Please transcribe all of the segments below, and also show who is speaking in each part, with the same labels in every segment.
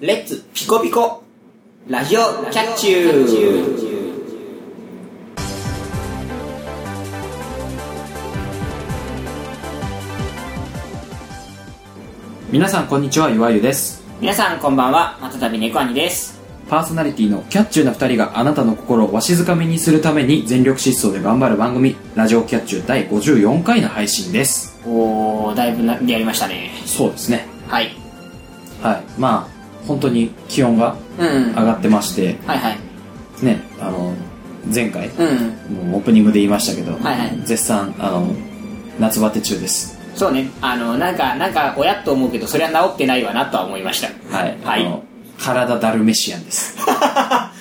Speaker 1: レッツピコピコラジオキャッチュー
Speaker 2: 皆さんこんにちはゆわゆです
Speaker 1: 皆さんこんばんはまたたび猫兄です
Speaker 2: パーソナリティのキャッチューな2人があなたの心をわしづかみにするために全力疾走で頑張る番組「ラジオキャッチュー」第54回の配信です
Speaker 1: おーだいぶなやりましたね
Speaker 2: そうですね
Speaker 1: はい
Speaker 2: はいまあ本当に気温が
Speaker 1: うん
Speaker 2: 上がってまして
Speaker 1: はいはい
Speaker 2: ねあの前回
Speaker 1: うん
Speaker 2: もうオープニングで言いましたけど、
Speaker 1: はいはい
Speaker 2: 絶賛あの夏バテ中です
Speaker 1: そうねあのなんかなんか親と思うけどそれは治ってないわなとは思いました
Speaker 2: はい、
Speaker 1: はい
Speaker 2: あの体ダルメシアンです
Speaker 1: 懐か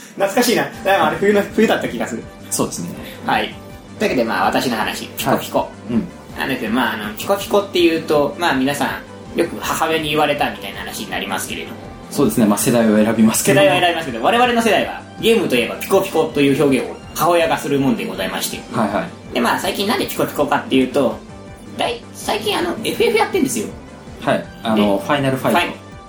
Speaker 1: しいなだいぶあれ冬の冬だった気がする
Speaker 2: そうですね
Speaker 1: はいというわけでまあ私の話ピコピコ、
Speaker 2: うん
Speaker 1: なんだけど、まあ、あの、ピコピコっていうと、まあ皆さん、よく母親に言われたみたいな話になりますけれども、
Speaker 2: そうですねまあ世代を選びます
Speaker 1: 世
Speaker 2: けど
Speaker 1: 代は選びますけど、我々の世代は、ゲームといえばピコピコという表現を母親がするもんでございまして。
Speaker 2: はいはい
Speaker 1: で、まあ最近なんでピコピコかっていうと、だい最近あの、FF やってんですよ。
Speaker 2: はいあのファイナルファイト、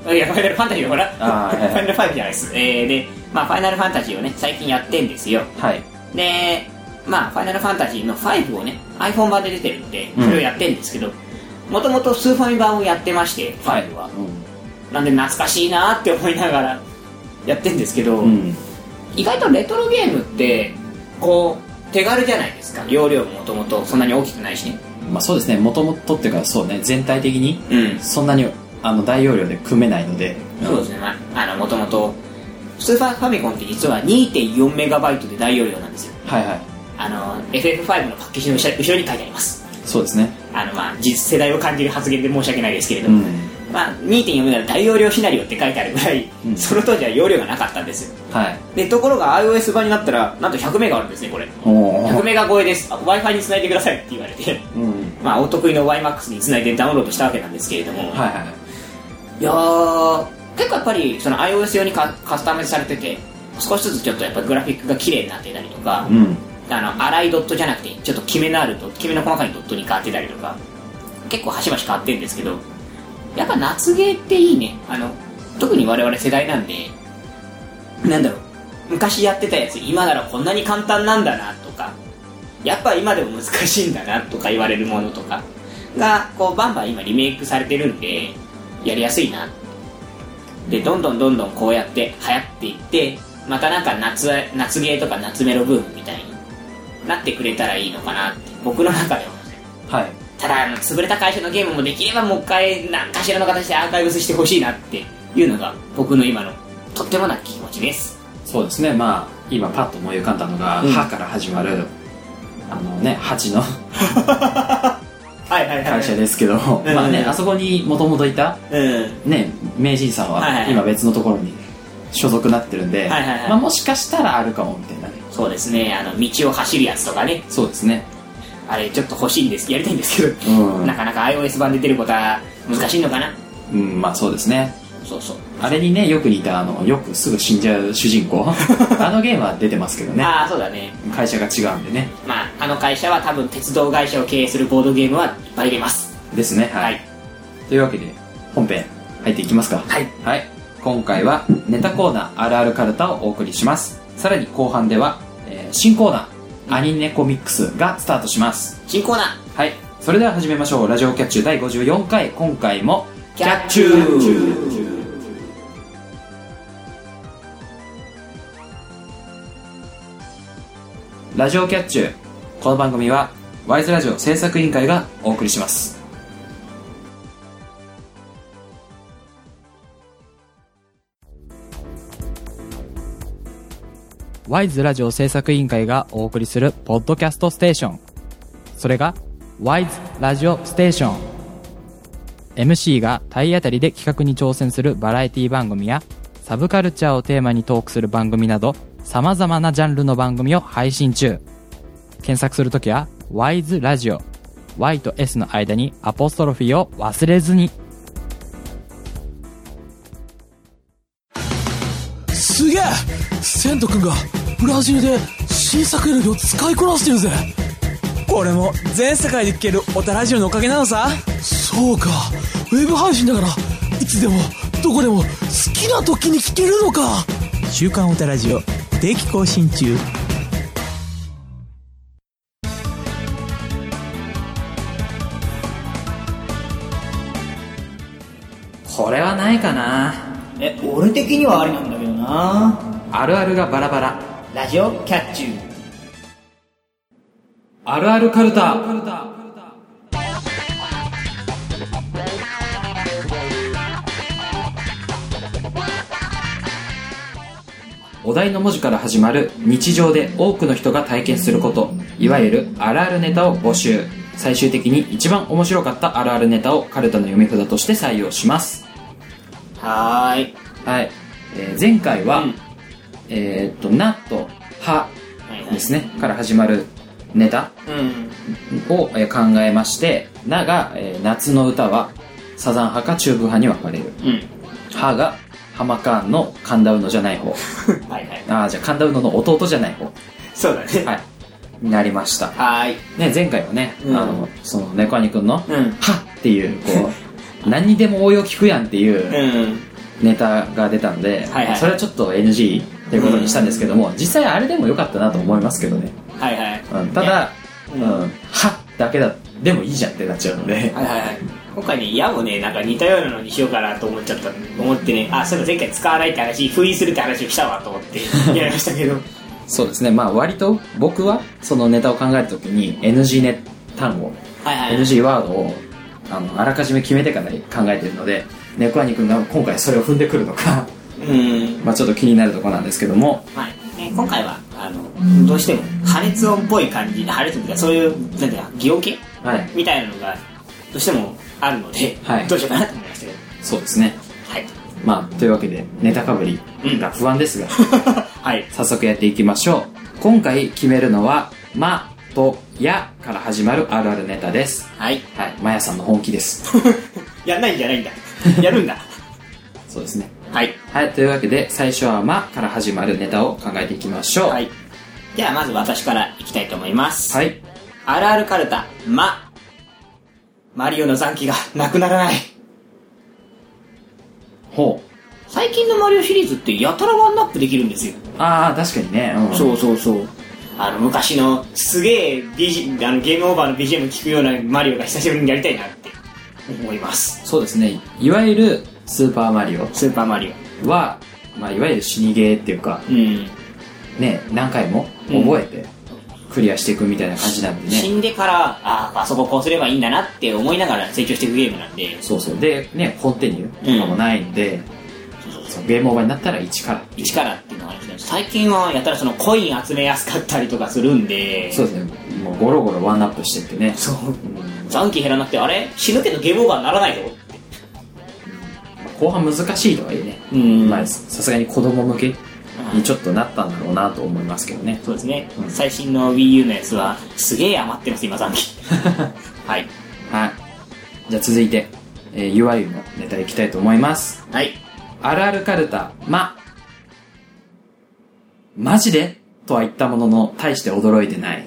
Speaker 1: ファイいや、ファイナルファンタジーほら。
Speaker 2: あーはいはい
Speaker 1: ファイナルファイブじゃないです。えー、で、まあファイナルファンタジーをね、最近やってんですよ。
Speaker 2: はい
Speaker 1: で、まあ、ファイナルファンタジーの5をね、iPhone 版で出てるんで、
Speaker 2: うん
Speaker 1: それをやってるんですけど、もともとスーファミ版をやってまして、
Speaker 2: はい
Speaker 1: 5は。なんで懐かしいなーって思いながらやってんですけど、
Speaker 2: うん、うん、
Speaker 1: 意外とレトロゲームって、こう、手軽じゃないですか。容量ももともとそんなに大きくないしね。
Speaker 2: まあそうですねもともとっていうかそうね全体的に
Speaker 1: うん。
Speaker 2: そんなにあの大容量で組めないので
Speaker 1: そうですね、まあ、あの、もともと、スーパーファミコンって実は2.4メガバイトで大容量なんですよ。
Speaker 2: はいはい
Speaker 1: あの、FF5 のパッケージの後ろ後ろに書いてあります。
Speaker 2: そうですね
Speaker 1: あの、まあ、実世代を感じる発言で申し訳ないですけれど
Speaker 2: う
Speaker 1: も、
Speaker 2: ん
Speaker 1: まあ、2.4なら大容量シナリオって書いてあるぐらい、
Speaker 2: うん
Speaker 1: その当時は容量がなかったんですよ
Speaker 2: はい
Speaker 1: でところが iOS 版になったらなんと100メガあるんですねこれ
Speaker 2: おお
Speaker 1: 100メガ超えです w i f i につないでくださいって言われて
Speaker 2: うん
Speaker 1: まあお得意の YMAX につないでダウンロードしたわけなんですけれども、
Speaker 2: はいはい
Speaker 1: い、やー結構やっぱりその iOS 用にカカスタマイズされてて少しずつちょっとやっぱグラフィックが綺麗になってたりとか、
Speaker 2: うん
Speaker 1: あの粗いドットじゃなくてちょっとキメのあるドットキメの細かいドットに変わってたりとか結構端々変わってんですけどやっぱ夏芸っていいねあの特に我々世代なんでなんだろう昔やってたやつ今ならこんなに簡単なんだなとかやっぱ今でも難しいんだなとか言われるものとかがこうバンバン今リメイクされてるんでやりやすいなでどんどんどんどんこうやって流行っていってまたなんか夏夏芸とか夏メロブームみたいになってくれたらいいのかなって僕の中では思って
Speaker 2: はい
Speaker 1: ただあの潰れた会社のゲームもできればもう一回何かしらの形でアーカイブスしてほしいなっていうのが僕の今のとってもな気持ちです
Speaker 2: そうですねまあ今パッと思い浮かんだのが「
Speaker 1: うん
Speaker 2: は」から始まるあのね8の
Speaker 1: はいはい
Speaker 2: 会社ですけど
Speaker 1: うん
Speaker 2: まあねあそこにもともといた
Speaker 1: うん
Speaker 2: ね名人さん
Speaker 1: はいは
Speaker 2: はい今別のところに所属なってるんで
Speaker 1: はいはいはい
Speaker 2: まあもしかしたらあるかもみたいなね
Speaker 1: そうですねあの道を走るやつとかね
Speaker 2: そうですね
Speaker 1: あれちょっと欲しいんですやりたいんですけど
Speaker 2: うん
Speaker 1: なかなか iOS 版で出ることは難しいのかな
Speaker 2: うんまあそうですね
Speaker 1: そうそう
Speaker 2: あれにねよく似たあのよくすぐ死んじゃう主人 公あのゲームは出てますけどね
Speaker 1: ああそうだね
Speaker 2: 会社が違うんでね
Speaker 1: まああの会社は多分鉄道会社を経営するボードゲームはいっぱい入れます
Speaker 2: ですねはい、というわけで本編入っていきますか
Speaker 1: はい
Speaker 2: はい今回はネタコーナー「あるあるカルタ」をお送りしますさらに後半では、えー新コーナー「アニネコミックス」がスタートします
Speaker 1: 新コーナー
Speaker 2: はいそれでは始めましょうラジオキャッチュー第54回今回も
Speaker 1: キャッチュー
Speaker 2: ラジオキャッチューこの番組はワイズラジオ制作委員会がお送りしますワイズラジオ制作委員会がお送りするポッドキャストステーションそれがワイズラジオステーション MC が体当たりで企画に挑戦するバラエティ番組やサブカルチャーをテーマにトークする番組など様々なジャンルの番組を配信中検索するときは WISE ラジオ Y と S の間にアポストロフィーを忘れずに
Speaker 3: すげえセント君がブラジルで新作エネルギーを使いこなしてるぜ
Speaker 4: これも全世界で聴けるオタラジオのおかげなのさ
Speaker 3: そうかウェブ配信だからいつでも
Speaker 5: どこでも好きな時に聞けるのか
Speaker 3: 週刊オタラジオ定期更新中
Speaker 2: これはないかな
Speaker 6: え俺的にはありなんだけどな
Speaker 2: あるあるがバラバラ
Speaker 6: ラジオキャッチュー
Speaker 2: あるあるカルタお題の文字から始まる日常で多くの人が体験することいわゆるあるあるネタを募集最終的に一番面白かったあるあるネタをカルタの読み札として採用します
Speaker 1: はーい。
Speaker 2: はい、えー前回は、
Speaker 1: うん
Speaker 2: えーっと「な」と「は」
Speaker 1: はいはい
Speaker 2: ですねから始まるネタ
Speaker 1: うん。
Speaker 2: をえー考えまして「な」が、えー夏の歌はサザン派かチューブ派に分かれる
Speaker 1: うん。
Speaker 2: 「は」がハマカーンの神田うのじゃない方
Speaker 1: はいはい。
Speaker 2: ああじゃあ神田うのの弟じゃない方
Speaker 1: そうだね。
Speaker 2: はいになりました、
Speaker 1: はーい。
Speaker 2: ね、前回はね、
Speaker 1: うん
Speaker 2: あのその猫兄くんの「
Speaker 1: うん。
Speaker 2: は」っていうこ う何にでも応用聞くやんっていう
Speaker 1: うん。
Speaker 2: ネタが出たんで、
Speaker 1: はいはい
Speaker 2: それはちょっと NG ということにしたんですけども、実際あれでも良かったなと思いますけどね、
Speaker 1: はいはい。
Speaker 2: うん、ただ、うん
Speaker 1: ん
Speaker 2: はだけだでもいいじゃんってなっちゃうので
Speaker 1: はいはいはい。今回ね、矢をね、なんか似たようなのにしようかなと思っちゃった。思ってね、あ、そういえば前回使わないって話、封印するって話をしたわと思って、 やりましたけど。
Speaker 2: そうですねまあ割と僕はそのネタを考えた時に NG ネ単語
Speaker 1: はいはい。
Speaker 2: NG ワードをあのあらかじめ決めてから考えてるので猫兄くんが今回それを踏んでくるのか
Speaker 1: うん。
Speaker 2: まあちょっと気になるところなんですけども
Speaker 1: はい。ね、今回は、あの、どうしても破裂音っぽい感じ、破裂音というか、そういう、なんていうか、擬音系
Speaker 2: はい
Speaker 1: みたいなのが、どうしてもあるので、
Speaker 2: はい
Speaker 1: どうしようかなと思いましたけど。
Speaker 2: そうですね
Speaker 1: はい。
Speaker 2: まあというわけでネタかぶりが不安ですが、
Speaker 1: はい。
Speaker 2: 早速やっていきましょう今回決めるのは「ま」と「や」から始まるあるあるネタです
Speaker 1: はい。
Speaker 2: はいまやさんの本気です
Speaker 1: やんないんじゃないんだ。 やるんだ。
Speaker 2: そうですね
Speaker 1: はい。
Speaker 2: はい、というわけで最初は「ま」から始まるネタを考えていきましょう
Speaker 1: はい。では、まず私からいきたいと思います。
Speaker 2: はい
Speaker 1: あるあるカルタ、ま。マリオの残機がなくならない。
Speaker 2: ほう
Speaker 1: 最近のマリオシリーズってやたらワンナップできるんですよ。
Speaker 2: ああ確かにね、うん、
Speaker 1: そうそうそう。あの、昔のすげえ BG、あのゲームオーバーの BGM 聞くようなマリオが久しぶりにやりたいなって思います。
Speaker 2: そうですねいわゆる「スーパーマリオ
Speaker 1: スーパーマリ
Speaker 2: は」まあ、いわゆる死にゲーっていうか
Speaker 1: オ。うん。
Speaker 2: ね何回も覚えてクリアしていくみたいな感じなんでね、
Speaker 1: 死んでから、ああ、あそここうすればいいんだなって思いながら成長していくゲームなんで、
Speaker 2: そうそうでねコンティニューとかもないんで、そのゲームオーバーになったら1から
Speaker 1: 一からっていうのがあるんですけど、最近はやたらそのコイン集めやすかったりとかするんで、
Speaker 2: そうですねもうゴロゴロワンナップしてってね
Speaker 1: そう。
Speaker 2: うん
Speaker 1: 残機減らなくて、あれ死ぬけどゲームオーバーにならないぞって。
Speaker 2: 後半難しいとはいえね、
Speaker 1: うん
Speaker 2: まあ、さすがに子供向けにちょっとなったんだろうなと思いますけどね
Speaker 1: そうですね。
Speaker 2: うん
Speaker 1: 最新の Wii U のやつは、すげえ余ってます、今残機。 はい。
Speaker 2: はいじゃあ続いて、えー、ゆわゆのネタいきたいと思います
Speaker 1: はい。
Speaker 2: あるあるカルタまマジでとは言ったものの大して驚いてない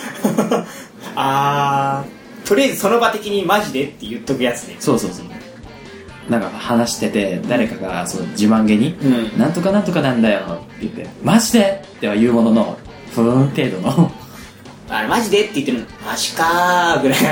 Speaker 1: あー、とりあえずその場的にマジでって言っとくやつね。
Speaker 2: そうそうそうなんか話してて誰かがその自慢げに
Speaker 1: うん
Speaker 2: なんとかなんとかなんだよ」って言って「マジで?」っては言うもののふーん程度の
Speaker 1: あれマジでって言ってるの、マジかーぐらいな、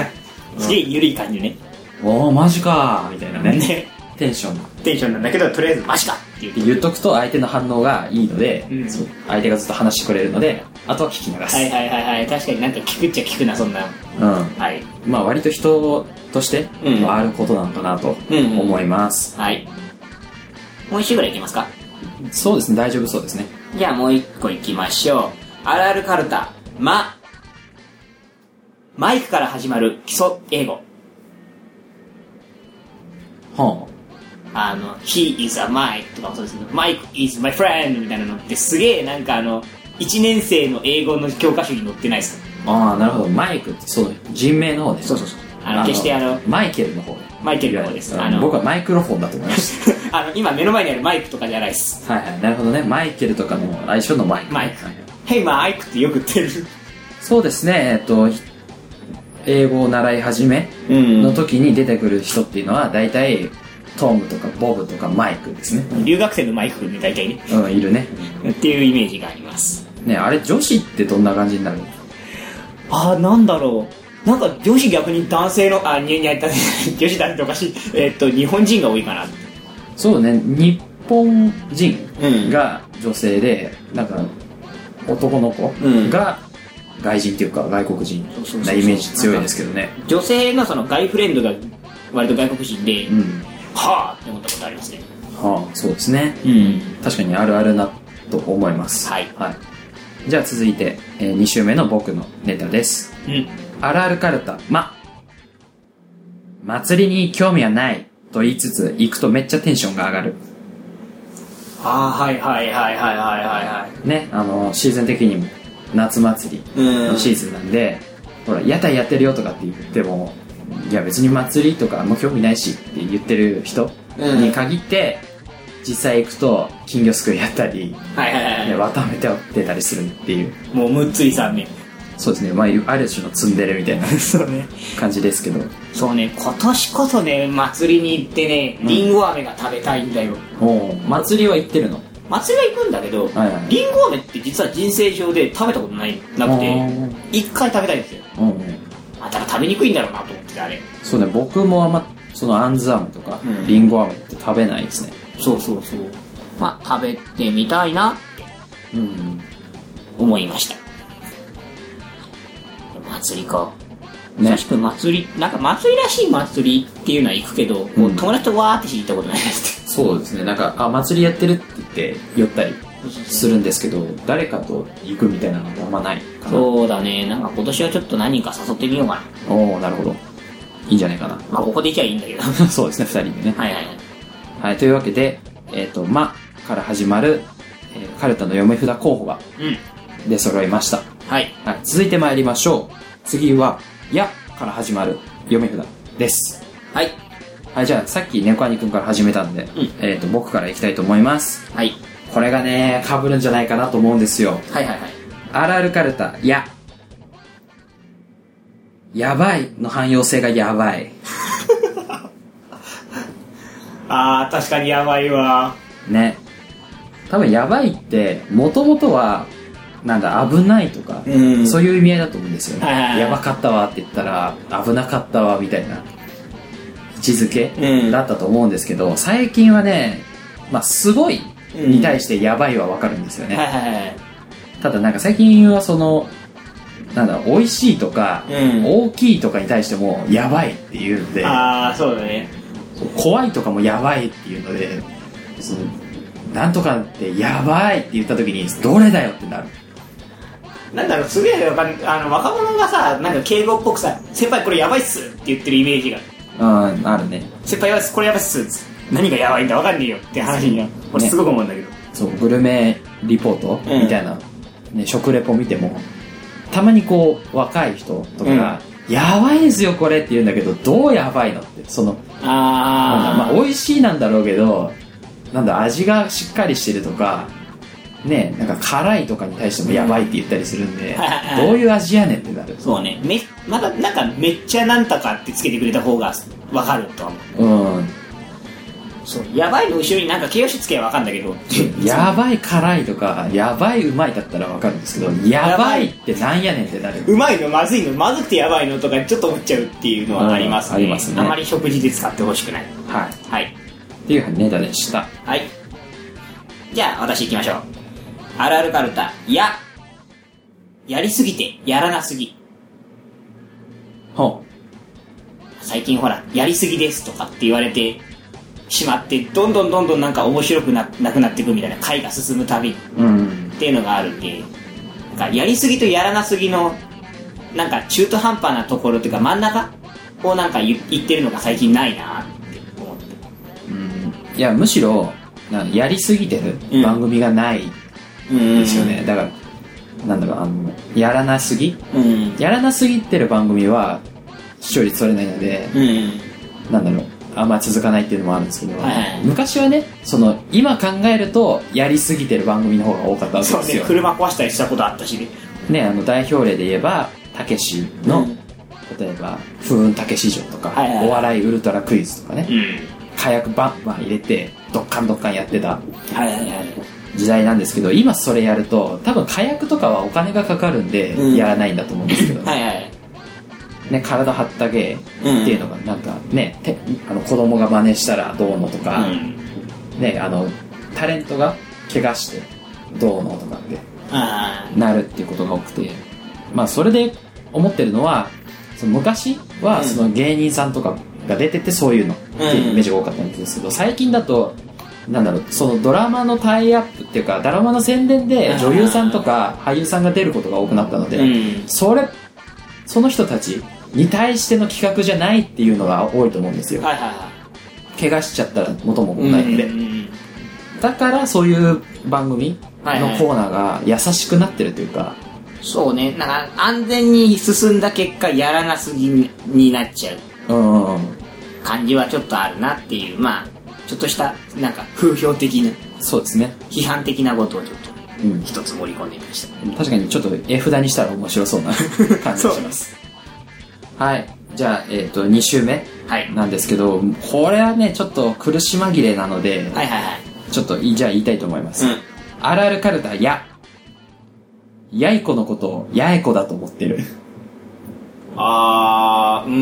Speaker 1: すげえ緩い感じね。
Speaker 2: 「 おーマジか」みたいなね
Speaker 1: ね、
Speaker 2: テンションっ
Speaker 1: テンションなんだけど、とりあえずマジかって言って
Speaker 2: て言っとくと相手の反応がいいので、
Speaker 1: うん
Speaker 2: そう相手がずっと話してくれるのであとは聞き流す、
Speaker 1: はいはいはいはい。確かになんか聞くっちゃ聞くな、そんな。
Speaker 2: う
Speaker 1: はい。
Speaker 2: ん、まあ割と人として
Speaker 1: うん
Speaker 2: まああることなのかなと
Speaker 1: うん
Speaker 2: 思います、
Speaker 1: はい。もう一周ぐらいいきますか
Speaker 2: そうですね大丈夫そうですね
Speaker 1: じゃあもう一個行きましょう。あるあるカルタ、ま、マイクから始まる基礎英語。
Speaker 2: ほ
Speaker 1: あの、he is a mic とかもそうですけど、Mike is my friend みたいなのってすげえなんかあの、1年生の英語の教科書に載ってないですか
Speaker 2: うああなるほどマイクってそう人名の方ね
Speaker 1: そうそうそうあの決してあの
Speaker 2: マイケルの方
Speaker 1: マイケルの方です
Speaker 2: うん
Speaker 1: あの
Speaker 2: 僕はマイクロフォンだと思いまし
Speaker 1: あの、今目の前にあるマイクとかじゃないです。
Speaker 2: たはいはいなるほどねマイケルとかの相性のマイク
Speaker 1: マイク
Speaker 2: はいはい。
Speaker 1: Hey Mike ってよく言ってる。
Speaker 2: そうですねえっとひ英語を習い始め
Speaker 1: うん
Speaker 2: の時に出てくる人っていうのは大体トムとかボブとかマイクですね。
Speaker 1: 留学生のマイク君ね、大体ね。
Speaker 2: うん、いるね。
Speaker 1: っていうイメージがあります。
Speaker 2: ねあれ女子ってどんな感じになるの
Speaker 7: あー、なんだろう。なんか女子逆に男性の、あ、にゃにゃ、男性女子だっておか しい。えっと、日本人が多いかな。
Speaker 2: そうね、日本
Speaker 1: うん
Speaker 2: 人が女性で、なんか、男の子
Speaker 1: うん
Speaker 2: が外人っていうか外国人
Speaker 1: そうそうそう
Speaker 2: なイメージ強いですけどね。
Speaker 1: 女性のその外フレンドが割と外国人で、
Speaker 2: うん。
Speaker 1: はぁって思ったことありますね。
Speaker 2: はあ、そうですね。
Speaker 1: うん。
Speaker 2: 確かにあるあるなと思います。
Speaker 1: はい
Speaker 2: じゃあ続いて、え2週目の僕のネタです。
Speaker 1: うん。
Speaker 2: あるあるカルタ、ま、祭りに興味はないと言いつつ行くとめっちゃテンションが上がる。
Speaker 1: あーはいはいはいはいはいはいはい。
Speaker 2: ね、あの、シーズン的にも夏祭り
Speaker 1: う
Speaker 2: の
Speaker 1: ん。
Speaker 2: シーズンなんで、ほら、屋台やってるよとかって言っても、いや別に祭りとかもう興味ないしって言ってる人
Speaker 1: うん
Speaker 2: に限って、実際行くと金魚すくいやったり、
Speaker 1: はいはいはい
Speaker 2: ね、
Speaker 1: は
Speaker 2: わためて出たりするっていう。
Speaker 1: い。もうむっついさんね。
Speaker 2: そうですね、まあ、ある種のツンデレみた いな
Speaker 1: そうね。
Speaker 2: 感じですけど。
Speaker 1: そうね、今年こそね、祭りに行ってね、りんご飴が食べたいんだよ。
Speaker 2: お祭りは行ってるの
Speaker 1: 祭りは行くんだけど、
Speaker 2: はいはい
Speaker 1: りんご飴って実は人生上で食べたことない、なく
Speaker 2: う
Speaker 1: て、
Speaker 2: ん
Speaker 1: 一回食べたいんですよ。
Speaker 2: うん
Speaker 1: あ、ただ食べにくいんだろうなと思ってて、あれ。
Speaker 2: そうね、僕もあんま、そのあんず飴とか
Speaker 1: うん、
Speaker 2: りんご飴って食べないですね。
Speaker 1: そうそうそう。まあ、食べてみたいなって
Speaker 2: うん。
Speaker 1: 思いました。祭りか。
Speaker 2: ね
Speaker 1: ね、確かに祭り、なんか祭りらしい祭りっていうのは行くけど、もう友達とわーって聞いたことないです。
Speaker 2: そうですね、なんか、あ、祭りやってるって言って、寄ったりするんですけど、誰かと行くみたいなのがあんまないかな。
Speaker 1: そうだね、なんか今年はちょっと何人か誘ってみようかな。
Speaker 2: おおなるほど。いいんじゃないかな。
Speaker 1: まあ、ここで行きゃいいんだけ ど。は
Speaker 2: そうですね、二人でね。
Speaker 1: いはいはい。
Speaker 2: はい、というわけで、えっ、と、ま、から始まる、えーカルタの読み札候補が
Speaker 1: うん。
Speaker 2: 出揃いました。
Speaker 1: はい。
Speaker 2: はい、続いて参りましょう。次は、やから始まる読み札です。
Speaker 1: はい。
Speaker 2: はい、じゃあさっき猫兄くんから始めたんで、
Speaker 1: ん
Speaker 2: えっ、と、僕から行きたいと思います。
Speaker 1: はい。
Speaker 2: これがね、被るんじゃないかなと思うんですよ。
Speaker 1: はいはいはい。
Speaker 2: あるあるカルタ、や。やばいの汎用性がやばい。
Speaker 7: あー、確かにやばいわ。
Speaker 2: ね。多分やばいって、もともとは、なんだ、危ないとか、
Speaker 1: うん
Speaker 2: そういう意味合いだと思うんですよ
Speaker 1: はいはいは
Speaker 2: ね。
Speaker 1: い
Speaker 2: やばかったわって言ったら、危なかったわみたいな位置づけ
Speaker 1: うん
Speaker 2: だったと思うんですけど、最近はね、まあ、すごいに対してやばいはわかるんですよね。
Speaker 1: はいはいはい。
Speaker 2: ただなんか最近はその、なんだ、美味しいとか、
Speaker 1: うん
Speaker 2: 大きいとかに対しても、やばいっていうので、
Speaker 1: ああ、そうだね。
Speaker 2: 怖いとかもやばいっていうので、そのなんとかってやばいって言った時に、どれだよってなる。
Speaker 7: なんだろう、すげえわかんあの、若者がさ、なんか敬語っぽくさ、先輩これやばいっすって言ってるイメージが。
Speaker 2: うん、あるね。
Speaker 7: 先輩はこれやばいっすつって何がやばいんだわかんねえよって話になる。俺すごく思うんだけど。
Speaker 2: そう、グルメリポート
Speaker 1: うん
Speaker 2: みたいな、ね、食レポ見ても、たまにこう、若い人とかが、やばいですよこれって言うんだけど、どうやばいのって、その、なんだま
Speaker 1: あ
Speaker 2: あ、美味しいなんだろうけど、なんだ、味がしっかりしてるとか、ね、なんか辛いとかに対してもやばいって言ったりするんで、
Speaker 1: はい
Speaker 2: どういう味やねんってなる。
Speaker 1: そうね。め、まだ、なんか、めっちゃなんとかってつけてくれた方がわかるとは思
Speaker 2: うん。
Speaker 1: う。そう。やばいの後ろになんか形容詞つけばわかんだけど。
Speaker 2: やばい辛いとか、やばいうまいだったらわかるんですけど、やばいってなんやねんってなる。
Speaker 7: うまいの、まずいの、まずくてやばいのとかちょっと思っちゃうっていうのはありますね。
Speaker 2: うんありますね
Speaker 1: あまり食事で使ってほしくない。
Speaker 2: はい。
Speaker 1: はい。
Speaker 2: っていうネタでした。
Speaker 1: はい。じゃあ、私行きましょう。あるあるカルタ、や。やりすぎて、やらなすぎ。
Speaker 2: ほ
Speaker 1: 最近ほら、やりすぎですとかって言われてしまって、どんどんどんどんなんか面白くななくなっていくみたいな回が進むたびっ
Speaker 2: う。うん。
Speaker 1: ていうのがあるんで、なんかやりすぎとやらなすぎの、なんか中途半端なところっていうか真ん中をなんか言言ってるのが最近ないなって思って。
Speaker 2: うん、いや、むしろ、なんやりすぎて
Speaker 1: うん
Speaker 2: る番組がない
Speaker 1: うん
Speaker 2: ですよね。。だから、なんだろう、あの、やらなすぎ
Speaker 1: うん。
Speaker 2: やらなすぎてる番組は視聴率取れないので、
Speaker 1: うん。
Speaker 2: なんだろう、あんま続かないっていうのもあるんですけど、
Speaker 1: はいはい
Speaker 2: 昔はね、その、今考えると、やりすぎてる番組の方が多かったわけ
Speaker 7: そ
Speaker 2: で
Speaker 7: う
Speaker 2: す
Speaker 7: ね
Speaker 2: よ。、ね
Speaker 7: 車壊したりしたことあったしね。
Speaker 2: あの、代表例で言えば、たけしの、
Speaker 1: うん
Speaker 2: 例えば、風雲たけし城とか、
Speaker 1: はいはい
Speaker 2: お笑いウルトラクイズとかね、
Speaker 1: うん。
Speaker 2: 火薬バンバン入れてドッカンドッカンやってた
Speaker 7: はいはいはい。
Speaker 2: 時代なんですけど今それやると多分火薬とかはお金がかかるんで
Speaker 7: うん
Speaker 2: やらないんだと思うんですけど、
Speaker 7: はいはい。
Speaker 2: ね、体張った芸っていうのがなんかね、てあの子供が真似したらどうのとか、ね、あのタレントが怪我してどうのとかって
Speaker 7: あ
Speaker 2: なるっていうことが多くて、まあ、それで思ってるのはその昔はその芸人さんとかが出ててそういうのっていうイメージが多かったんですけど、最近だとなんだろうそのドラマのタイアップっていうかドラマの宣伝で女優さんとか俳優さんが出ることが多くなったので、
Speaker 7: あ。うん。
Speaker 2: それその人たちに対しての企画じゃないっていうのが多いと思うんですよ
Speaker 7: はいはいは
Speaker 2: 怪我しちゃったら元も子も
Speaker 7: い。
Speaker 2: ないので、
Speaker 7: うんうんうん
Speaker 2: だからそういう番組
Speaker 1: はいは
Speaker 2: の
Speaker 1: い
Speaker 2: コーナーが優しくなってるというか、
Speaker 1: そうね、なんか安全に進んだ結果、やらなすぎにになっちゃう
Speaker 2: うんうんうん
Speaker 1: 感じはちょっとあるなっていう、まあ、ちょっとした、なんか風評的な、
Speaker 2: そうですね、
Speaker 1: 批判的なことをちょっと
Speaker 2: うん、
Speaker 1: 一つ盛り込んでみました。
Speaker 2: 確かにちょっと絵札にしたら面白そ うな感じがしますはいじゃあ、えっと2週目
Speaker 1: はい。
Speaker 2: なんですけどこれはねちょっと苦し紛れなので、
Speaker 1: はいはいはい。
Speaker 2: ちょっといじゃあ言いたいと思います、
Speaker 1: うん
Speaker 2: あるあるカルタややいこのことをやえこだと思ってる
Speaker 1: あー、うー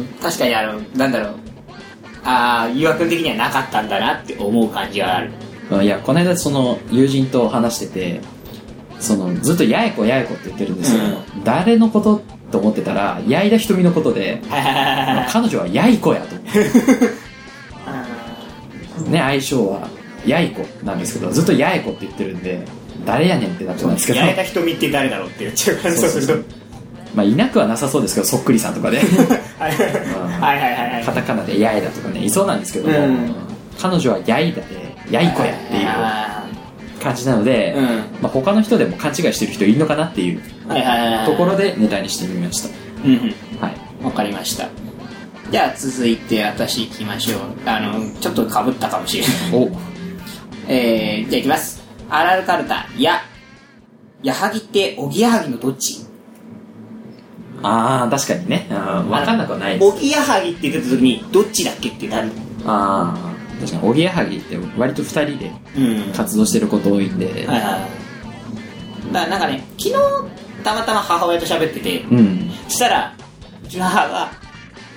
Speaker 1: ん、確かにあの、なんだろう。あー、誘惑的にはなかったんだなって思う感じはある。
Speaker 2: うんいやこの間その友人と話しててそのずっとやえこやえこって言ってるんですけど、誰のことと思ってたら矢井田瞳のこと で彼女はやいこやと思ってね相性はやいこなんですけどずっとやえこって言ってるんで誰やねんってなっちゃうんですけど
Speaker 7: やれた瞳って誰だろうって言っちゃう感じ
Speaker 2: そうそ うそうまあいなくはなさそうですけどそっくりさんとかで、
Speaker 7: はい
Speaker 2: うん
Speaker 7: はいはいはい
Speaker 2: カ。タカナでヤエだとかねいそうなんですけども、
Speaker 7: うん
Speaker 2: 彼女はヤイだでヤイコやっていう
Speaker 1: あ
Speaker 2: 感じなので、
Speaker 7: うん。はい
Speaker 2: まあ、他の人でも勘違いしてる人いるのかなっていう
Speaker 7: はいはいはい。
Speaker 2: ところでネタにしてみまし
Speaker 7: うんうん。
Speaker 2: た、はい、
Speaker 1: ー、わかりました。じゃあ続いて私行きましょう。あの、ちょっと被ったかもしれない。
Speaker 2: お
Speaker 1: えー、じゃあ行きます。あるあるカルタ、や。矢作って、おぎやはぎのどっち
Speaker 2: ああ確かにねあー分かんなくはないです
Speaker 1: おぎやはぎって出た時に、どっちだっけってなる。
Speaker 2: ああ確かにおぎやはぎって割と2人で
Speaker 1: うん。
Speaker 2: 活動してること多いんで、
Speaker 1: はいはいはい。だからなんかね、昨日、たまたま母親と喋ってて、
Speaker 2: うん
Speaker 1: そしたら、うちの母が、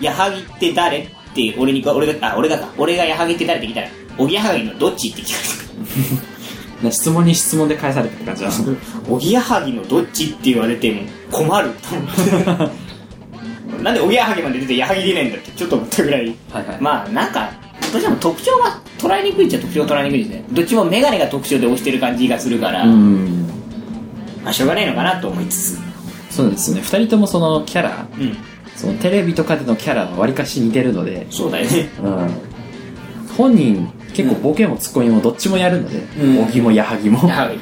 Speaker 1: 矢作って誰って俺に、俺が、あ、俺がか、俺が矢作って誰って聞いたら、おぎやはぎのどっちって聞か
Speaker 2: ね質問に質問で返されてる感じだ
Speaker 1: れた。おぎやはぎのどっちって言われても困ると思って。 なんでおぎやはぎまで出て矢作出ないんだってちょっと思ったぐらい。
Speaker 2: はいはい、
Speaker 1: まあなんか、どうしても特徴が捉えにくいっちゃ特徴が捉えにくいですね。どっちもメガネが特徴で押してる感じがするから、
Speaker 2: うん
Speaker 1: まあしょうがないのかなと思いつつ。
Speaker 2: そうですね2人ともそのキャラ
Speaker 1: うん。
Speaker 2: そのテレビとかでのキャラはわりかし似てるので
Speaker 1: そうだよね。
Speaker 2: うん本人結構ボケもツッコミもどっちもやるので、
Speaker 1: うん
Speaker 2: 小木も矢作もだか
Speaker 1: いね。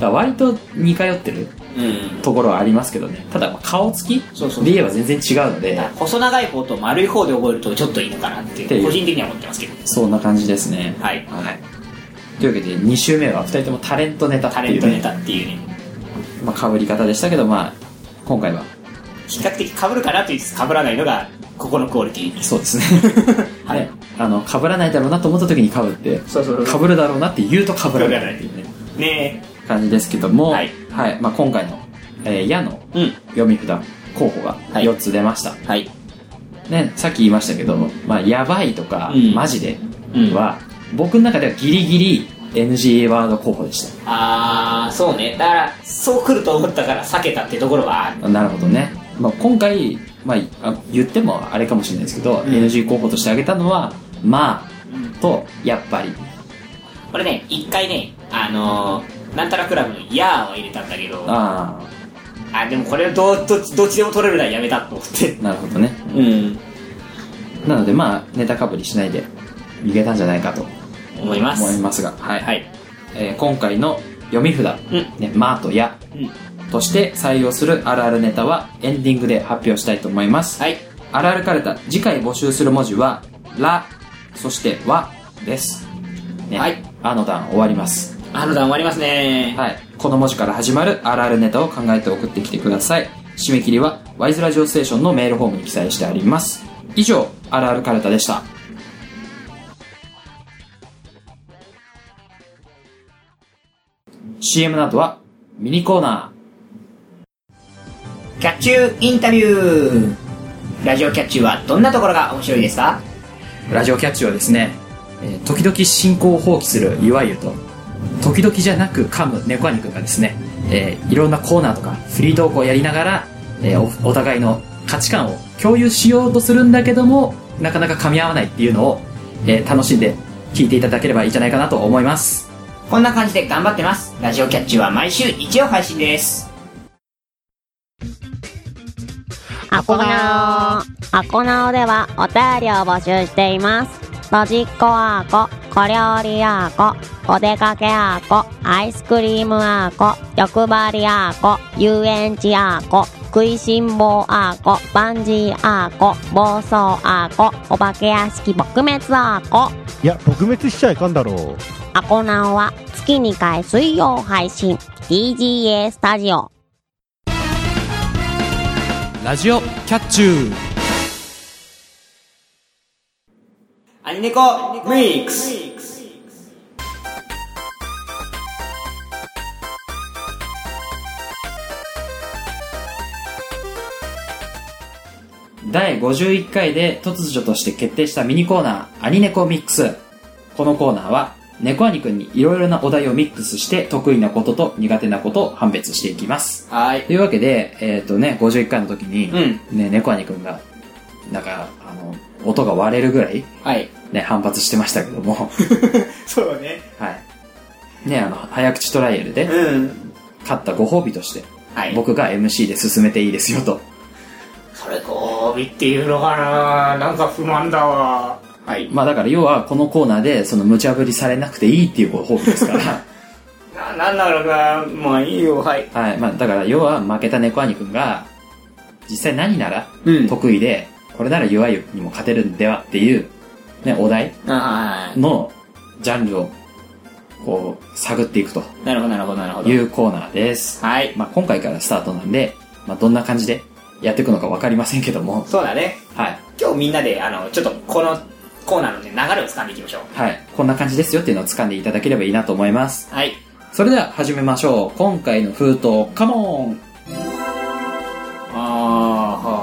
Speaker 2: ら割と似通ってる
Speaker 1: うん。
Speaker 2: ところはありますけどねただまあ顔つき
Speaker 1: そうそう
Speaker 2: で言えば全然違うので
Speaker 1: 細長い方と丸い方で覚えるとちょっといいのかなって
Speaker 2: ていう
Speaker 1: 個人的には思ってますけど。
Speaker 2: そんな感じですね
Speaker 1: はい
Speaker 2: というわけで2週目は2人ともタレントネタって
Speaker 1: タ
Speaker 2: い
Speaker 1: レン
Speaker 2: う
Speaker 1: トネ
Speaker 2: ね
Speaker 1: タっていうね。
Speaker 2: まあ、かぶり方でしたけどまあ今回は
Speaker 1: 比較的被るかなと言いつつ被らないのが、ここのクオリティ。
Speaker 2: そ うですねはいあの被らないだろうなと思った時にかぶって
Speaker 1: そうそう
Speaker 2: かぶるだろうなって言うとかぶらないっていうね
Speaker 1: ね
Speaker 2: 感じですけども、
Speaker 1: はい
Speaker 2: まあ、今回の「えー矢」の
Speaker 1: うん
Speaker 2: 読み札候補が
Speaker 1: はい
Speaker 2: 4つ出ました、
Speaker 1: え。はい。
Speaker 2: ね、さっき言いましたけど「まあ、やばい」とか「
Speaker 1: うん
Speaker 2: マジで」は、僕の中ではギリギリ NG ワード候補でし
Speaker 1: あー、そうね。だから、そう来ると思ったから避けたってところはある。
Speaker 2: たなるほどね、まあ、今回、まあい、あ言ってもあれかもしれないですけど、NG 候補として挙げたのは「まあ」と「やっぱり
Speaker 1: これね、一回ね、あのー、なんたらクラブのヤーを入れたんだけ」ど、あ
Speaker 2: あ
Speaker 1: でもこれどうどっちどっちでも取れるならやめたと思って。
Speaker 2: あなるほどね
Speaker 1: うん。
Speaker 2: なのでまあネタかぶりしないでいけたんじゃないかと
Speaker 1: 思います。
Speaker 2: 思いますがはい、
Speaker 1: はい。
Speaker 2: えー今回の読み札、ね、マーとや、として採用するあるあるネタはエンディングで発表したいと思います。
Speaker 1: はい。
Speaker 2: あるあるカルタ、次回募集する文字は、ら、そしては、です。ね、
Speaker 1: はい。
Speaker 2: あの段終わります。
Speaker 1: あの段終わりますね。
Speaker 2: はい。この文字から始まるあるあるネタを考えて送ってきてください。締め切りは、ワイズラジオステーションのメールフォームに記載してあります。以上、あるあるカルタでした。 CM の後はミニコーナ
Speaker 1: キャッチューインタビューラジオキャッチューはどんなところが面白いですか
Speaker 2: ーラジオキャッチはですね、えー時々進行を放棄するいわゆると時々じゃなく噛む猫兄くんがですね、えーいろんなコーナーとかフリートークをやりながら、えーおお互いの価値観を共有しようとするんだけどもなかなか噛み合わないっていうのを、えー楽しんで聞いていただければいいんじゃないかなと思います
Speaker 1: こんな感じで頑張ってますラジオキャッチューは毎週日曜配信です
Speaker 8: アコナオアコナオではお便りを募集していますロジッコアーコ小料理アーコお出かけアーコアイスクリームアーコ欲張りアーコ遊園地アーコ食いしん坊アーコバンジーアーコ暴走アーコお化け屋敷撲滅アーコ
Speaker 9: いや撲滅しちゃいかんだろう
Speaker 8: アコナオは月2回水曜配信 DGA スタジオ
Speaker 10: ラジオキャッチュー
Speaker 1: アニネコミックス
Speaker 2: 第51回で突如として決定したミニコーナー、アニネコミックス。このコーナーは、猫アニくんにいろいろなお題をミックスして、得意なことと苦手なことを判別していきます。
Speaker 1: はい
Speaker 2: というわけで、えっ、とね、51回の時に、
Speaker 1: う
Speaker 2: ね、猫アニくんが、なんか、あの、音が割れるぐらい、
Speaker 1: はい
Speaker 2: ね、反発してましたけども、
Speaker 1: そうだね
Speaker 2: はい。ね、あの、早口トライアルで、
Speaker 1: うん
Speaker 2: 勝ったご褒美として、
Speaker 1: はい
Speaker 2: 僕が MC で進めていいですよと。
Speaker 1: それご褒美っていうのかななんか不満だわはい
Speaker 2: まあだから要はこのコーナーでその無茶ぶりされなくていいっていうご褒美ですから
Speaker 1: ななんだろうなまあいいよはい
Speaker 2: はいまあだから要は負けた猫兄くんが実際何なら
Speaker 1: うん
Speaker 2: 得意で、これなら弱いにも勝てるんではっていう、ね、お題
Speaker 1: あ
Speaker 2: のジャンルをこう探っていくと
Speaker 1: あなるほどなるほどなるほ
Speaker 2: いうコーナーです、
Speaker 1: はい
Speaker 2: まあ、今回からスタートなんで、まあ、どんな感じでやっていくのか分かりませんけども
Speaker 1: そうだね
Speaker 2: はい
Speaker 1: 今日みんなであのちょっとこのコーナーの、ね、流れを掴んでいきましょう
Speaker 2: はいこんな感じですよっていうのを掴んでいただければいいなと思います
Speaker 1: はい
Speaker 2: それでは始めましょう今回の封筒カモン
Speaker 1: ああはあはあはあは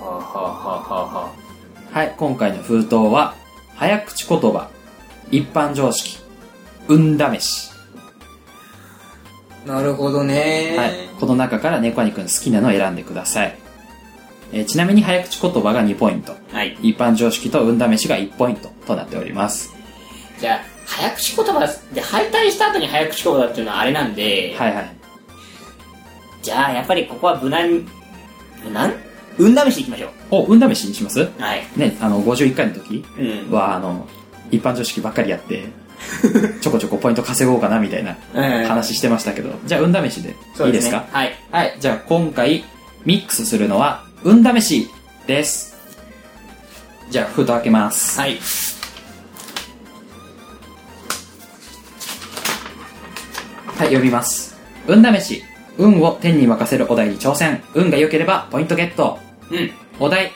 Speaker 1: あはあは
Speaker 2: はい、今回の封筒は、早口言葉、一般常識、運試し。
Speaker 1: あなるほどね
Speaker 2: はい、この中から猫兄くん好きなのを選んでください。えーちなみに早口言葉が2ポイント、
Speaker 1: はい
Speaker 2: 一般常識と運試しが1ポイントとなっております。
Speaker 11: じゃあ、早口言葉で敗退した後に早口言葉っていうのはあれなんで、
Speaker 2: はいはい。
Speaker 11: じゃあ、やっぱりここは無難、無難
Speaker 1: 運試していきましょう
Speaker 2: お、運試しにします
Speaker 11: はい。
Speaker 2: ね、あの、51回の時
Speaker 1: うん
Speaker 2: は、あの、一般常識ばっかりや って、ちょこちょこポイント稼ごうかなみたいな
Speaker 1: うん
Speaker 2: 話してましたけど、じゃあ運試しでいいですか
Speaker 1: はい
Speaker 2: はい、じゃあ今回ミックスするのは、運試しです。じゃあ封筒開けます。
Speaker 1: はい
Speaker 2: はい、読みます。運試し。運を天に任せるお題に挑戦。運が良ければポイントゲット。
Speaker 1: うん
Speaker 2: お題。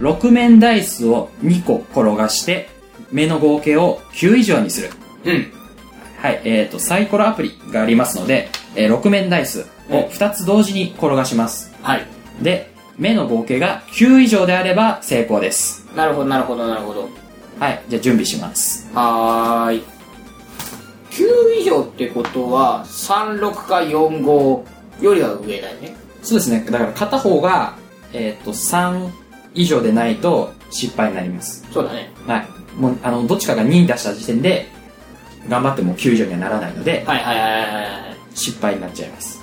Speaker 2: 6面ダイスを2個転がして、目の合計を9以上にする。
Speaker 1: うん
Speaker 2: はい、えーと、サイコロアプリがありますので、え6面ダイスを2つ同時に転がします。
Speaker 1: はい
Speaker 2: で、目の合計が9以上であれば成功です。
Speaker 1: なるほどなるほどなるほど
Speaker 2: はい、じゃあ準備します。
Speaker 1: はーい9以上ってことは36か45よりは上だよね
Speaker 2: そうですね、だから片方が、えっ、と、3以上でないと失敗になります。
Speaker 1: そうだね
Speaker 2: はい。もう、あの、どっちかが2出した時点で、頑張っても9以上にはならないので、
Speaker 1: はいはいはいはいはい
Speaker 2: 失敗になっちゃいます。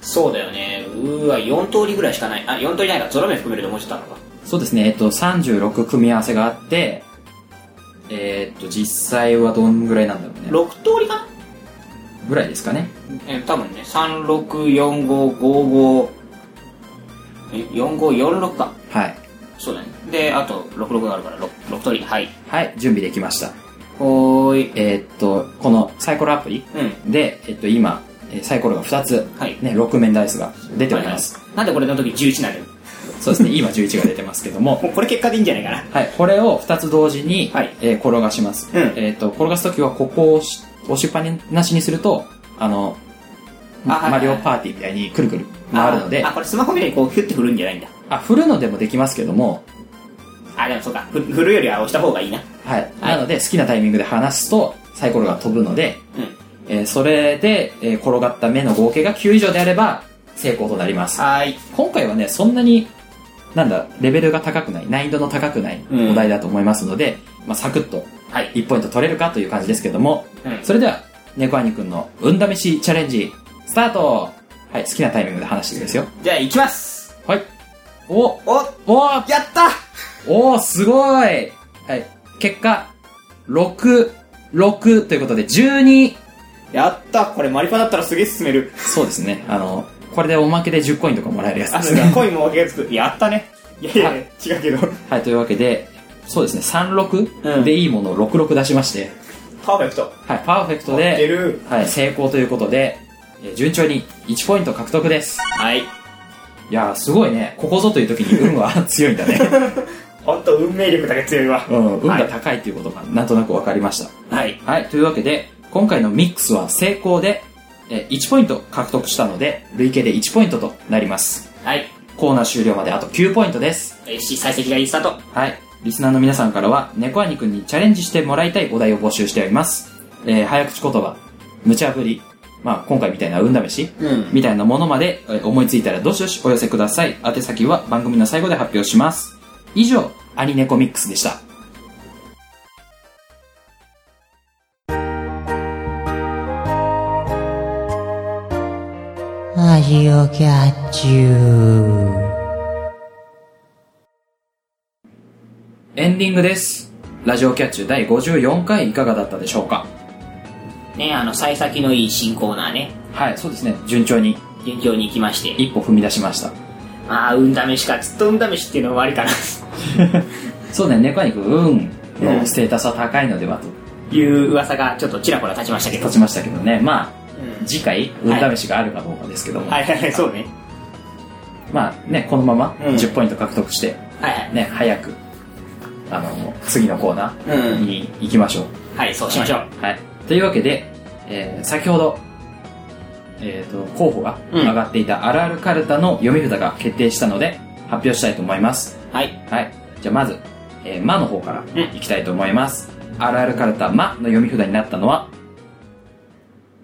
Speaker 1: そうだよねうーわ4通りぐらいしかないあ4通りないからゾロ目含めるともうちょっとあるのか
Speaker 2: そうですね、えっ、と、36組み合わせがあって、えっ、と、実際はどんぐらいなんだろうね。
Speaker 1: 6通りかな
Speaker 2: ぐらいですかね。
Speaker 1: えー多分ね364555え4546か
Speaker 2: はい。
Speaker 1: そうだねであと66があるから 6, 6通りはい
Speaker 2: はい、準備できました。
Speaker 1: ほーい
Speaker 2: えっ、と、このサイコロアプリ
Speaker 1: うん
Speaker 2: で、えっ、と、今、えーサイコロが2つ、
Speaker 1: はい
Speaker 2: ね、6面ダイスが出ております。
Speaker 1: はいはいなんでこれの時11なんだよ
Speaker 2: そうですね、今11が出てますけども、
Speaker 1: もうこれ結果でいいんじゃないかな
Speaker 2: はい、これを2つ同時に、
Speaker 1: はい
Speaker 2: えー転がします。
Speaker 1: うん
Speaker 2: えっ、と、転がすときはここを押し押しっぱなしにすると、あの、
Speaker 1: あはいはい
Speaker 2: マリオパーティーみたいにくるくる回るので
Speaker 1: あ、これスマホみたいにこう、ヒュッて振るんじゃないんだ。
Speaker 2: あ、振るのでもできますけども、
Speaker 1: あ、でもそうか。ふ振るよりは押した方がいいな。
Speaker 2: はい。なので、好きなタイミングで離すと、サイコロが飛ぶので、
Speaker 1: うん
Speaker 2: えーそれで、えー転がった目の合計が9以上であれば、成功となります。
Speaker 1: はーい。
Speaker 2: 今回はね、そんなに、なんだ、レベルが高くない、難易度の高くない
Speaker 1: うん
Speaker 2: お題だと思いますので、まあ、サクッと
Speaker 1: はい。
Speaker 2: 1ポイント取れるかという感じですけども、
Speaker 1: うん
Speaker 2: それでは、猫兄くんの運試しチャレンジ、スタートはい、好きなタイミングで話してくですよ。
Speaker 1: じゃあ、行きます。
Speaker 2: はい。お
Speaker 1: お
Speaker 2: おー
Speaker 1: やった
Speaker 2: おー、すごいはい。結果、6、6ということで12。
Speaker 1: やったこれマリパだったらすげえ進める。
Speaker 2: そうですね。あの、これでおまけで10コインとかもらえるやつ
Speaker 1: あ、
Speaker 2: で
Speaker 1: そ
Speaker 2: す
Speaker 1: う
Speaker 2: ね
Speaker 1: だ。コインも分けがつく。やったね。いやいや、違うけど。
Speaker 2: はい、というわけで、そうですね、
Speaker 1: う
Speaker 2: 36
Speaker 1: ん
Speaker 2: でいいものを66出しまして、
Speaker 1: パーフェクト。
Speaker 2: はい、パーフェクト
Speaker 1: 合って
Speaker 2: で、
Speaker 1: る。
Speaker 2: はい、成功ということで、えー順調に1ポイント獲得です。
Speaker 1: はい。
Speaker 2: いやー、すごいね。ここぞという時に運は強いんだね。
Speaker 1: ほんと運命力だけ強いわ。
Speaker 2: うん、運が高いということがなんとなくわかりました。
Speaker 1: はい。
Speaker 2: はい、というわけで、今回のミックスは成功で、えー1ポイント獲得したので、累計で1ポイントとなります。
Speaker 1: はい。
Speaker 2: コーナー終了まであと9ポイントです。
Speaker 1: よし、採石がいいスタート。
Speaker 2: はい、リスナーの皆さんからは、猫兄くんにチャレンジしてもらいたいお題を募集しております。えー早口言葉、無茶ぶり、まあ今回みたいな運試し、
Speaker 1: うん
Speaker 2: みたいなものまで、えー思いついたらどしどしお寄せください。宛先は番組の最後で発表します。以上、アニネコミックスでした。
Speaker 12: I'll get you.
Speaker 2: エンディングです。ラジオキャッチュ第54回いかがだったでしょうか
Speaker 1: ね、あの、幸先のいい新コーナーね。
Speaker 2: はい、そうですね。順調に
Speaker 1: 順調に行きまして。
Speaker 2: 一歩踏み出しました。
Speaker 1: ああ、運試しか。ずっと運試しっていうのは終わりか
Speaker 2: そうね、猫肉、運のステータスは高いのではと
Speaker 1: な。 いう噂がちょっとちらほら立ちましたけど
Speaker 2: 立。ちましたけどね。まあ、
Speaker 1: うん
Speaker 2: 次回、運試しがあるかどうかですけども。
Speaker 1: はいはいはい、そうね。
Speaker 2: まあね、このまま
Speaker 1: うん
Speaker 2: 10ポイント獲得して、
Speaker 1: はいはい。
Speaker 2: ね、早く、あの、次のコーナーに行きましょう。
Speaker 1: はい、そうしましょう。
Speaker 2: はい。というわけで、えー先ほど、えっ、と、候補が上がっていたあるあるカルタの読み札が決定したので、発表したいと思います。
Speaker 1: はい。
Speaker 2: はい。じゃあまず、えー、まの方からいきたいと思います。あるあるカルタまの読み札になったのは、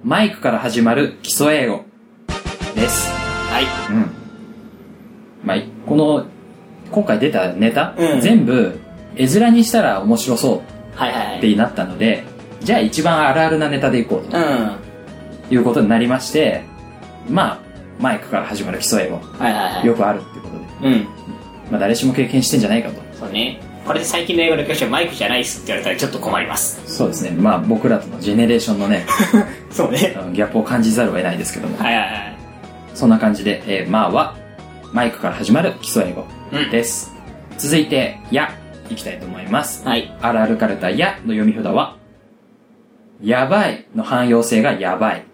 Speaker 2: マイクから始まる基礎英語です。
Speaker 1: はい。
Speaker 2: うん。まあ、いこの、今回出たネタ、
Speaker 1: うん
Speaker 2: 全部、絵面にしたら面白そう
Speaker 1: はいはい
Speaker 2: っ
Speaker 1: はい。
Speaker 2: てなったので、じゃあ一番あるあるなネタでいこう
Speaker 1: うん。は
Speaker 2: ということになりまして、まあ、マイクから始まる基礎英語、
Speaker 1: いはいはい。
Speaker 2: よくあるってことで、
Speaker 1: うん。
Speaker 2: まあ誰しも経験してんじゃないかと。
Speaker 1: そうね。これで最近の英語の教師はマイクじゃないっすって言われたらちょっと困ります。
Speaker 2: そうですね、まあ僕らとのジェネレーションのね、
Speaker 1: そうね。
Speaker 2: あのギャップを感じざるを得ないですけども、
Speaker 1: はいはいはい。
Speaker 2: そんな感じで、えーまあは、マイクから始まる基礎英語
Speaker 1: うん
Speaker 2: です。続いて、や、いきたいと思います。
Speaker 1: はい。
Speaker 2: あるあるカルタやの読み札は、やばいの汎用性がやばい。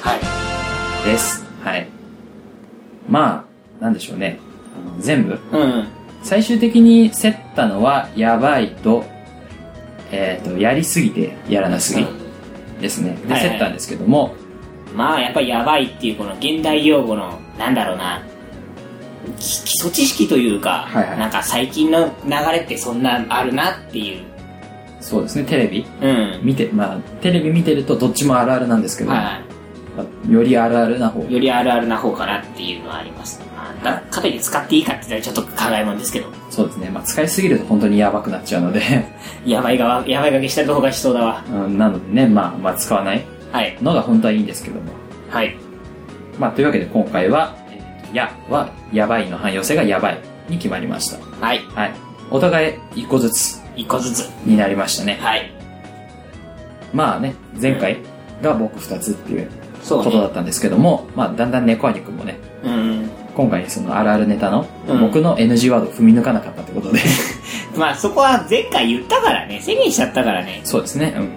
Speaker 1: はい。
Speaker 2: です。はい。まあ、なんでしょうね。あの全部。
Speaker 1: うん。
Speaker 2: 最終的に競ったのは、やばいと、えっ、と、やりすぎて、やらなすぎですね。で、
Speaker 1: はいはい
Speaker 2: 競ったんですけども、
Speaker 1: まあやっぱりやばいっていうこの現代用語のなんだろうなき基礎知識というか、
Speaker 2: はいはい
Speaker 1: なんか最近の流れってそんなあるなっていう
Speaker 2: そうですね、テレビ
Speaker 1: うん
Speaker 2: 見て、まあ、テレビ見てるとどっちもあるあるなんですけど、
Speaker 1: は
Speaker 2: まあよりあるあるな方
Speaker 1: いよりあるあるな方かなっていうのはあります、まあ、だかといって使っていいかって言ったらちょっと考えもんですけど
Speaker 2: そうですね、まあ、使いすぎると本当にやばくなっちゃうので、
Speaker 1: やばいがやばいがけした方がしそうだわ
Speaker 2: うん、なのでね、まあ、まあ、使わない
Speaker 1: はい
Speaker 2: のが本当はいいんですけども。
Speaker 1: はい
Speaker 2: まあ、というわけで今回は、えーやは、やばいの汎用性がやばいに決まりました。
Speaker 1: はい
Speaker 2: はい。お互い一個ずつ
Speaker 1: 一個ずつ
Speaker 2: になりましたね。
Speaker 1: はい
Speaker 2: まあね、前回が僕二つっていう
Speaker 1: そ
Speaker 2: ことだったんですけども、まあ、だんだん猫兄くんもね、
Speaker 1: うん
Speaker 2: 今回そのあるあるネタの、
Speaker 1: うん
Speaker 2: 僕の NG ワードを踏み抜かなかったってこ とで、
Speaker 1: まあそこは前回言ったからね制限しちゃったからね
Speaker 2: そうですね、うん。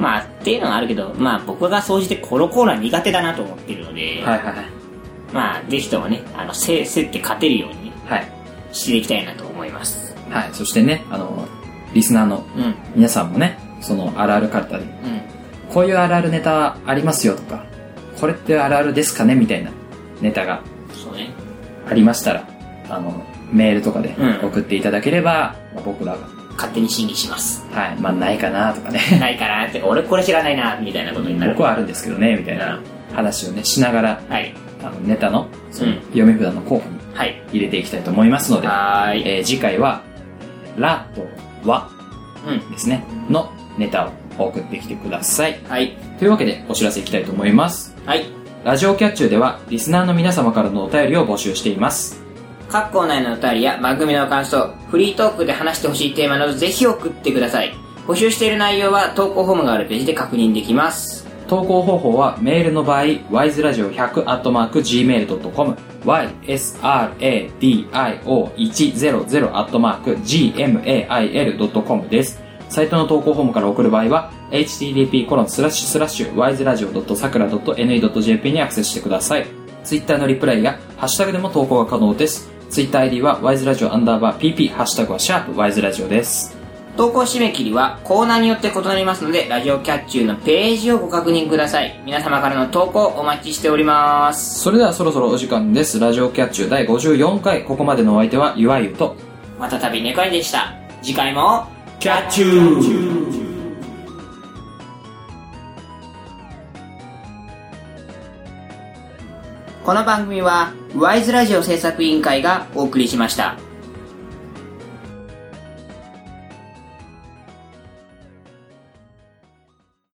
Speaker 1: まあっていうのはあるけどまあ僕が総じてこのコーナー苦手だなと思ってるので
Speaker 2: はいはいはい。
Speaker 1: まあ、ぜひともね、あの、せ、せって勝てるようにね
Speaker 2: はい。
Speaker 1: していきたいなと思います。
Speaker 2: はい。そしてね、あの、リスナーの
Speaker 1: うん。うん。
Speaker 2: 皆さんもね、そのあるあるカルタで、こういうあるあるネタありますよとか、これってあるあるですかねみたいなネタが
Speaker 1: そうね。
Speaker 2: ありましたら、あの、メールとかで
Speaker 1: うん
Speaker 2: 送っていただければ、まあ僕らが、
Speaker 1: 勝手に審議します。
Speaker 2: はい、まあないかなとかね、
Speaker 1: ないかなって、俺これ知らないな、みたいなことになる。
Speaker 2: 僕はあるんですけどね、みたいな話をね、しながら、
Speaker 1: はい。
Speaker 2: あのネタの、その
Speaker 1: うん
Speaker 2: 読み札の候補に
Speaker 1: はい。
Speaker 2: 入れていきたいと思いますので、
Speaker 1: はーい。
Speaker 2: えー次回は、ラとワ
Speaker 1: うん。
Speaker 2: ですね、のネタを送ってきてください。
Speaker 1: はい。
Speaker 2: というわけで、お知らせいきたいと思います。
Speaker 1: はい。
Speaker 2: ラジオキャッチューでは、リスナーの皆様からのお便りを募集しています。
Speaker 1: 各校内のお便りや番組の感想、フリートークで話してほしいテーマなどぜひ送ってください。募集している内容は投稿フォームがあるページで確認できます。
Speaker 2: 投稿方法は、メールの場合、wiseradio100-gmail.com、ysradio100-gmail.com です。サイトの投稿フォームから送る場合は、http://wiseradio.sakura.ne.jp にアクセスしてください。ツイッターのリプライや、ハッシュタグでも投稿が可能です。ツイッター ID は、wiseradio_pp、ハッシュタグは、シャープ wiseradio です。
Speaker 1: 投稿締め切りはコーナーによって異なりますので、ラジオキャッチューのページをご確認ください。皆様からの投稿お待ちしております。
Speaker 2: それではそろそろお時間です。ラジオキャッチュー第54回、ここまでのお相手は、ゆわゆと、
Speaker 1: またたびネコインでした。次回も、
Speaker 7: キャッチュー
Speaker 1: この番組は、ワイズラジオ制作委員会がお送りしました。